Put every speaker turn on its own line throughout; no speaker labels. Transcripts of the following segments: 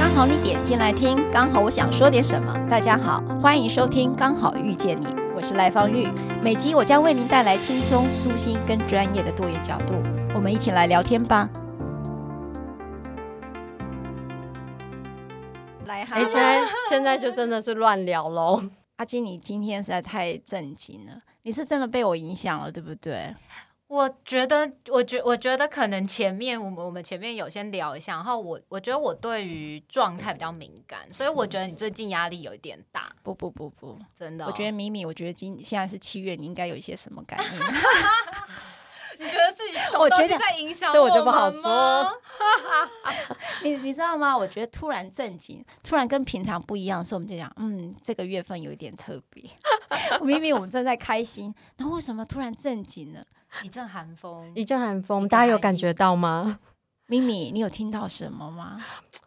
刚好你点进来听，刚好我想说点什么。大家好，欢迎收听《刚好遇见你》，我是赖芳玉。每集我将为您带来轻松、舒心跟专业的多元角度，我们一起来聊天吧。来哈
哎、，现在现在就真的是乱聊喽。
阿金，你今天实在太震惊了，你是真的被我影响了，对不对？
我觉得，我觉我觉得可能前面我们我们前面有先聊一下，然后我我觉得我对于状态比较敏感，所以我觉得你最近压力有一点大，
不不不不，
真的哦、
我觉得米米，我觉得今现在是七月，你应该有一些什么感应。
你觉得是什
我
么
觉
东西
得
在影响
这我
我
就不好
们
说
吗。
你你知道吗？我觉得突然震惊，突然跟平常不一样，所以我们就讲，嗯，这个月份有一点特别。 明明我们正在开心，然后为什么突然震惊呢？
一阵寒风，
一阵寒风，
一阵
大家有
寒
感
意
觉到吗？
咪咪，你有听到什么吗？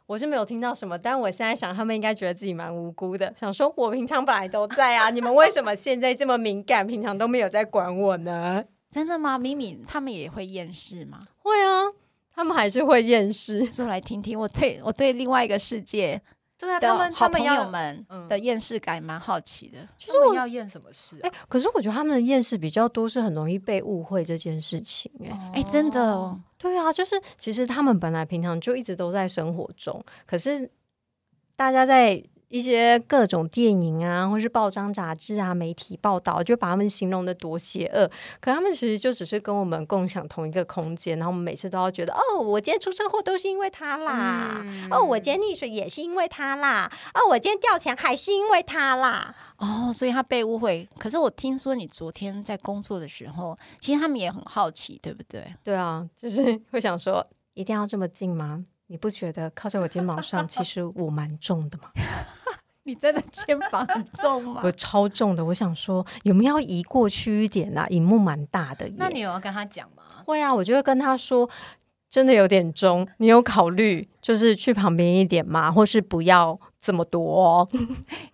我是没有听到什么，但我现在想，他们应该觉得自己蛮无辜的，想说我平常本来都在 啊，你们为什么现在这么敏感，平常都没有在管我呢？
真的吗？咪咪他们也会厌世吗？
会啊，他们还是会 厌世。
说来听听，我对我对另外一个世界
对啊，他
的
们
好
他
朋
们
友
要
们
嗯
的厌世感蛮好奇的。
其实我要验什么事
哎、
啊？
可是我觉得他们的厌世比较多，是很容易被误会这件事情、哎、
哎、真的哦，
对啊，就是其实他们本来平常就一直都在生活中，可是大家在一些各种电影啊，或是报章杂志啊、媒体报道，就把他们形容的多邪恶。可他们其实就只是跟我们共享同一个空间，然后我们每次都要觉得，哦，我今天出车祸都是因为他啦。
嗯
哦，我今天溺水也是因为他啦！哦，我今天掉钱还是因为他啦！
哦，所以他被误会。可是我听说你昨天在工作的时候，其实他们也很好奇，对不对？
对啊，就是 会想说，一定要这么近吗？你不觉得靠在我肩膀上，其实我蛮重的吗？
你真的肩膀很重吗
我超重的，我想说有没有要移过去一点啊？荧幕蛮大的耶，
那你有要跟他讲吗？
会啊？我就会跟他说，真的有点重，你有考虑就是去旁边一点吗？或是不要这么多、哦？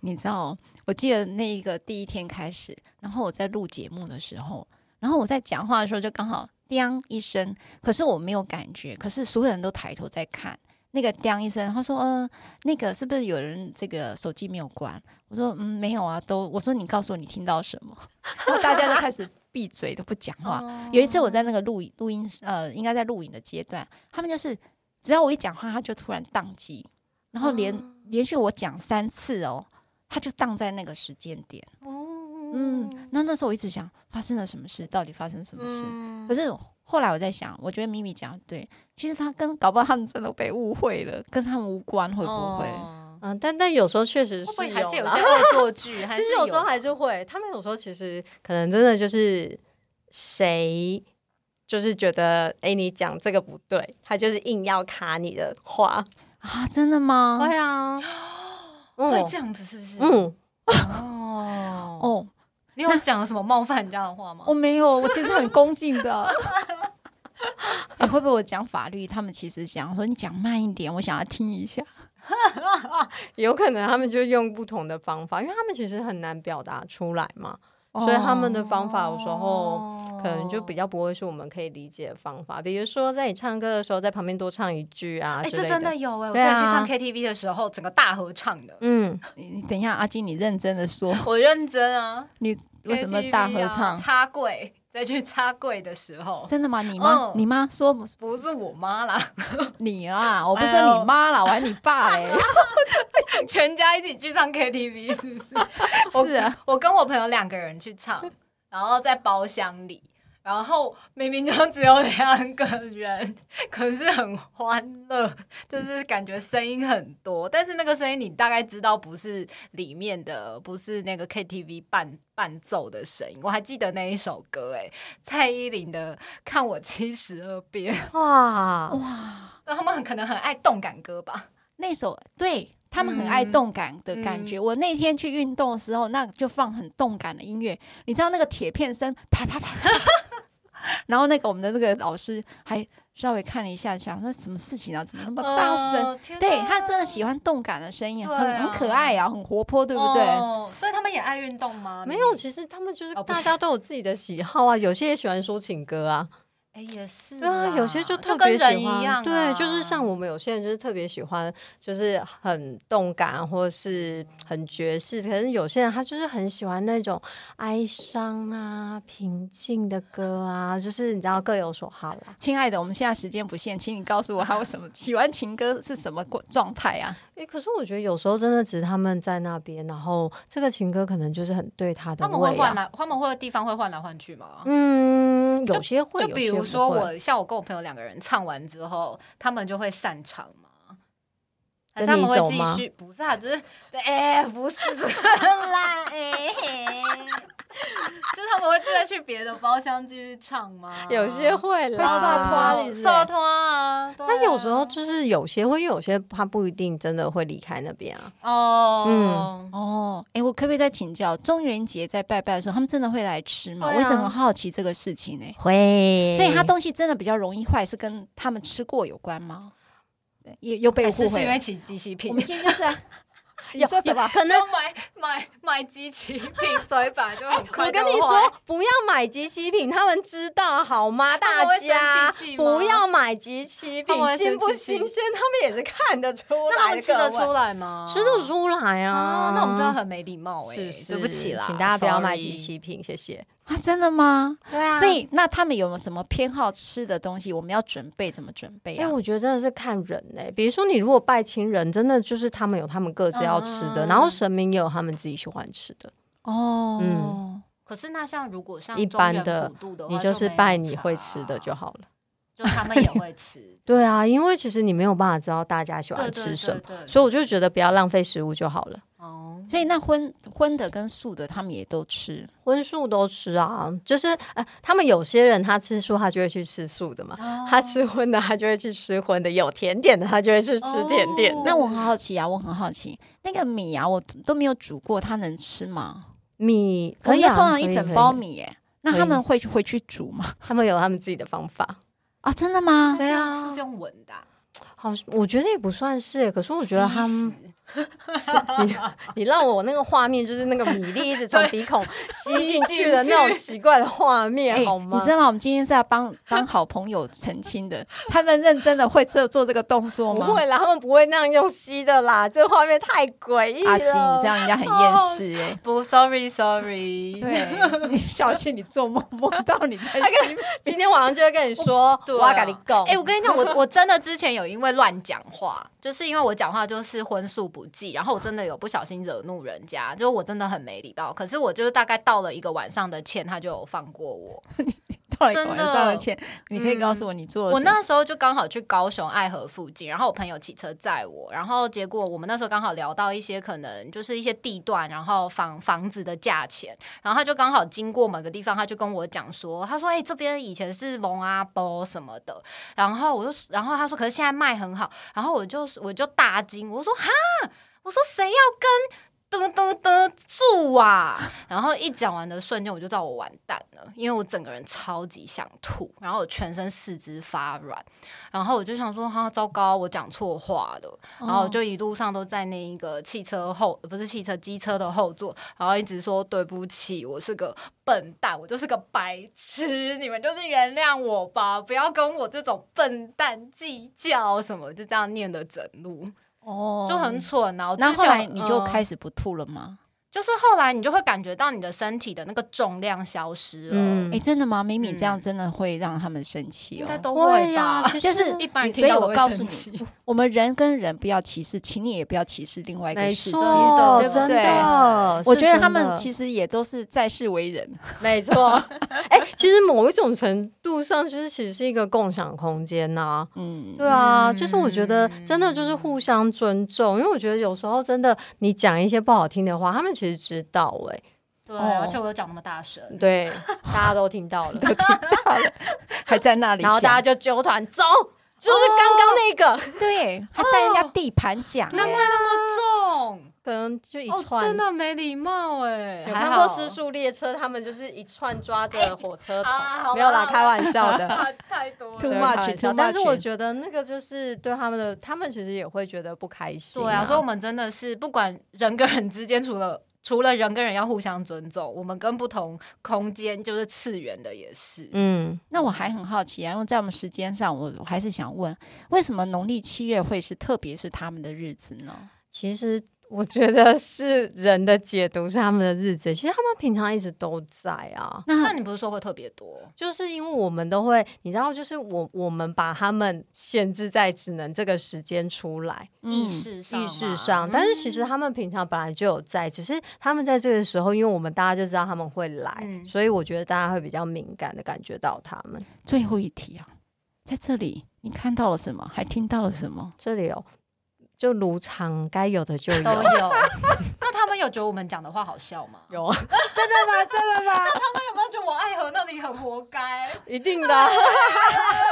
你知道，哦我记得那一个第一天开始，然后我在录节目的时候，然后我在讲话的时候就刚好叮一声，可是我没有感觉，可是所有人都抬头在看。那个叮一声，他说：“嗯、那个是不是有人这个手机没有关？”我说：“嗯，没有啊，都。”我说：“你告诉我你听到什么？” 然后大家就开始闭嘴，都不讲话。有一次我在那个录录音，呃，应该在录影的阶段，他们就是只要我一讲话，他就突然宕机，然后连、连续我讲三次哦，他就宕在那个时间点。嗯，那那时候我一直想发生了什么事，到底发生什么事？
嗯
可是后来我在想，我觉得咪咪讲得对，其实他跟搞不好他们真的被误会了，跟他们无关，会不会？
哦
嗯，但但有时候确实
会不
是
会还是有
啦
些恶作剧？还
其实
是
有时候还是会，他们有时候其实可能真的就是谁。就是觉得，哎、你讲这个不对，他就是硬要卡你的话，
啊，真的吗？
会啊，
会
嗯
这样子，是不是？
嗯，
哦，
哦，
你有讲什么冒犯人家的话吗？
我没有，我其实很恭敬的。 哎会不会我讲法律，他们其实想说你讲慢一点，我想要听一下。
有可能他们就用不同的方法，因为他们其实很难表达出来嘛，所以他们的方法有时候
哦
可能就比较不会是我们可以理解的方法。比如说，在你唱歌的时候，在旁边多唱一句啊
哎、
之
这
类
真的有哎、我之
对
前
啊
去唱 KTV 的时候，整个大合唱的，
嗯，
哦你你等一下，阿金，你认真的 说，
我认真啊。
你为什么大合
KTV 啊
唱？
插柜，再去插柜的时候，
真的吗？你妈，
哦
嗯
你妈说不
不是我妈啦，
你啦，我不
哎
说
呦
你妈啦，我还你 爸嘞。
全家一起去唱 KTV，是不是？我
是啊，
我跟我朋友两个人去唱，然后在包厢里，然后明明就只有两个人，可是很欢乐，就是感觉声音很多，但是那个声音你大概知道不是里面的，不是那个 KTV 伴伴奏的声音。我还记得那一首歌、哎，蔡依林的《看我七十二变》，
哇，
哇，
那他们很可能很爱动感歌吧？
那首对他们很爱
嗯
动感的感觉。我那天去运动的时候，那就放很动感的音乐，你知道那个铁片声啪啪啪， 然后那个我们的那个老师还稍微看了一下，想说什么事情啊，怎么那么大声？
呃，天
对
哪
他真的喜欢动感的声音，
对
很很
啊
可爱啊，很活泼，对不对？
哦所以他们也爱运动吗？
没有，，其实他们就是
哦不
大
是
家都有自己的喜好啊，有些也喜欢抒情歌啊，
哎，也是
对啊，
啦
有些就
嗯就
特
跟
别喜
人
欢，
一样啊，
对，就是像我们有些人就是特别喜欢，就是很动感或是很爵士，可是有些人他就是很喜欢那种哀伤啊、平静的歌啊，就是你知道各有所好啦。
亲爱的，我们现在时间不限，请你告诉我还有什么喜欢情歌是什么过状态啊？
诶，可是我觉得有时候真的只是他们在那边，然后这个情歌可能就是很对他的
他们
胃
会换
啊。
来，他们会地方会换来换去吗？
嗯，有些会，
就
有
比
些
如
不
说
会
我，像我跟我朋友两个人唱完之后，他们就会散场嘛。还是
跟你
他们会
走
继
吗
续，不是啊，就是对哎、不是 啦，哎、 就是他们会再去别的包厢继续唱吗？
有些会啦，
会刷脱
拖
是不是
啊刷脱啊。对啊
但有时候就是有些会，因为有些他不一定真的会离开那边啊。
哦，
嗯
哦，哎，我可不可以再请教，中元节在拜拜的时候，他们真的会来吃吗？
会啊
我一直很好奇这个事情呢、
会
所以它东西真的比较容易坏，是跟他们吃过有关吗？对也又被
还
误
是是
会
因
了
为。起机器
我
品
们，今天就是、啊、你说什么？
可能
要买买买机器品，所以本来就很快。
我跟你说，，不要买集齐品，他们知道好吗？
他们
大
会
家
生气气吗
不要买集齐
他们
品，
会
新不
生气气
新鲜，他们也是看得出来。
那他们吃得
各
出
位，
来吗？
吃得出来啊
哦。那我们真的很没礼貌哎、
是欸不是？
对不起啦，
请大家不要买
sorry
集。齐品，谢谢。
啊，真的 吗？
对啊
所以那他们有没有什么偏好吃的东西？我们要准备怎么准备
哎、
啊？
我觉得真的是看人哎、比如说你如果拜亲人，真的就是他们有他们各自要吃的，
嗯
然后神明也有他们自己喜欢吃的。
哦，
嗯
可是那像如果像
一
中
般
原
的
普渡的话，
你就是
没有
拜你
差
会吃的就，好了。。
就他们也会吃
对啊，因为其实你没有办法知道大家喜
对
欢
对
吃什么，
对对
所以我就觉得不要浪费食物就好了。
哦，
所以那荤荤的跟素的他们也都吃。
荤素都吃啊，就是呃，他们有些人他吃素，他就会去吃素的嘛；
哦
他吃荤的，他就会去吃荤的；有甜点的，他就会去吃甜点的。
那我很好奇啊，我很好奇那个米啊，我都没有煮过，它能吃吗？
米可以、
我
啊，
们通常
可
一
以
整包，
可
米耶、那他们会回去煮吗
以？他们有他们自己的方法。
啊，真的吗？
对
啊
是不是用闻的啊？
好，我觉得也不算是，可是我觉得他们，
吸食
你你让我那个画面就是那个米粒一直从鼻 孔吸进去的那种奇怪的画面，好吗？
哎你知道吗？我们今天是要 帮帮好朋友澄清的，他们认真的会做做这个动作吗
不？会啦，他们不会那样用吸的啦，这画面太诡异了。
阿基，你这样人家很厌世哎、
不，sorry sorry，
对，你小心你做梦梦到你在吸
今天晚上就会跟你说，
对啊
我要跟你讲。
哎、我跟你讲，我我真的之前有因为乱讲话，就是因为我讲话就是荤素不忌，然后我真的有不小心惹怒人家，就是我真的很没礼貌。可是我就是大概道了一个晚上的歉，他就有放过我。
到你
真的嗯
晚上的钱，你可以告诉我你做了
我
什么？
那时候就刚好去高雄爱河附近，然后我朋友骑车载我，然后结果我们那时候刚好聊到一些可能就是一些地段，然后房房子的价钱，然后他就刚好经过某个地方，他就跟我讲说，他说：“哎、这边以前是蒙阿波什么的。”然后我就，然后他说：“可是现在卖很好。”然后我就我就大惊，我说：“哈，我说谁要跟？”噔噔噔，住啊！然后一讲完的瞬间，我就知道我完蛋了，因为我整个人超级想吐，然后我全身四肢发软，然后我就想说，哈、糟糕，我讲错话了。
哦
然后我就一路上都在那一个汽车后，呃不是汽车，机车的后座，然后一直说对不起，我是个笨蛋，我就是个白痴，你们就是原谅我吧，不要跟我这种笨蛋计较什么，就这样念了整路，
哦
就很。蠢啊。我
那
之
后
前
来你就
嗯
开始不吐了吗？
就是后来你就会感觉到你的身体的那个重量消失了，
嗯
哎，真的吗？米米这样
嗯
真的会让他们生气
应该
哦。
都
会
会
呀
吧。
其
就
实
是
一般人
所
听
以
到都
我
会
告诉
生
你，
气，
我们人跟人不要歧视，请你也不要歧视另外一个
没
世界，
错，
对不
哦真的
对？
是
我觉得他
真
们
的
其实也都是在世为人，
没 错。哎、其实某一种程度上，其实其实是一个共享空间呐、
嗯，
对啊，
嗯
就是我觉得真的就是互相尊重，因为我觉得有时候真的你讲一些不好听的话，他们其实知道哎、
对，啊
哦
而且我有讲那么大声，
对，大家都听到了，
还在那里
然后
讲
大家就纠团走，就是刚刚那个，
对，他在人家地盘讲、
难怪
哎
那么重，
可能就一
哦，
串。
真的没礼貌哎、
有
还
看过
好
《失速列车》，他们就是一串抓着火车头，
啊好
没有啦，
吧
开玩笑的。
啊太多
对
对
了。
Too much,
开玩笑
too
但是
much
我觉得那个就是对他们的，他们其实也会觉得不开心、
对啊，所以我们真的是不管人跟人之间，除了除了人跟人要互相尊重，我们跟不同空间就是次元的也是。
嗯，
那我还很好奇啊，因为在我们时间上，我我还是想问，为什么农历七月会是特别是他们的日子呢？
其实我觉得是人的解读是他们的日子，其实他们平常一直都在啊。
那你不是说会特别多？
就是因为我们都会，你知道，就是我我们把他们限制在只能这个时间出来，
嗯
意识
嗯
上
意
吗，
识上，
嗯
但是其实他们平常本来就有在，只是他们在这个时候，因为我们大家就知道他们会来，
嗯
所以我觉得大家会比较敏感的感觉到他们。
嗯最后一题啊，在这里你看到了什么？还听到了什么？
这里有，就如常该有的就有，
都 有。那他们有觉得我们讲的话好笑吗？
有啊，
他们有没有觉得我爱和那你很活该？
一定的啊。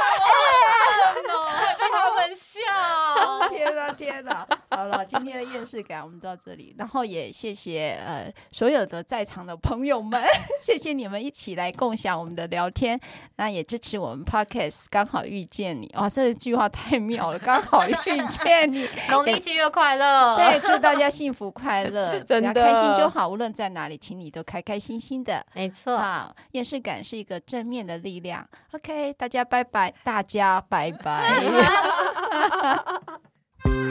真的还 被他们 笑。
天哪，天哪！好了，今天的厌世感我们到这里，然后也谢谢呃所有的在场的朋友们， 谢谢你们一起来共享我们的聊天，那也支持我们 podcast。刚好遇见你，哇，这句话太妙了， 刚好遇见你。
农历七月快乐！
对，祝大家幸福快乐，
哦 真
只要
的
开心就好，无论在哪里，请你都开开心心的。
没错，
好，厌世感是一个正面的力量。OK，大 家拜拜，大家拜拜。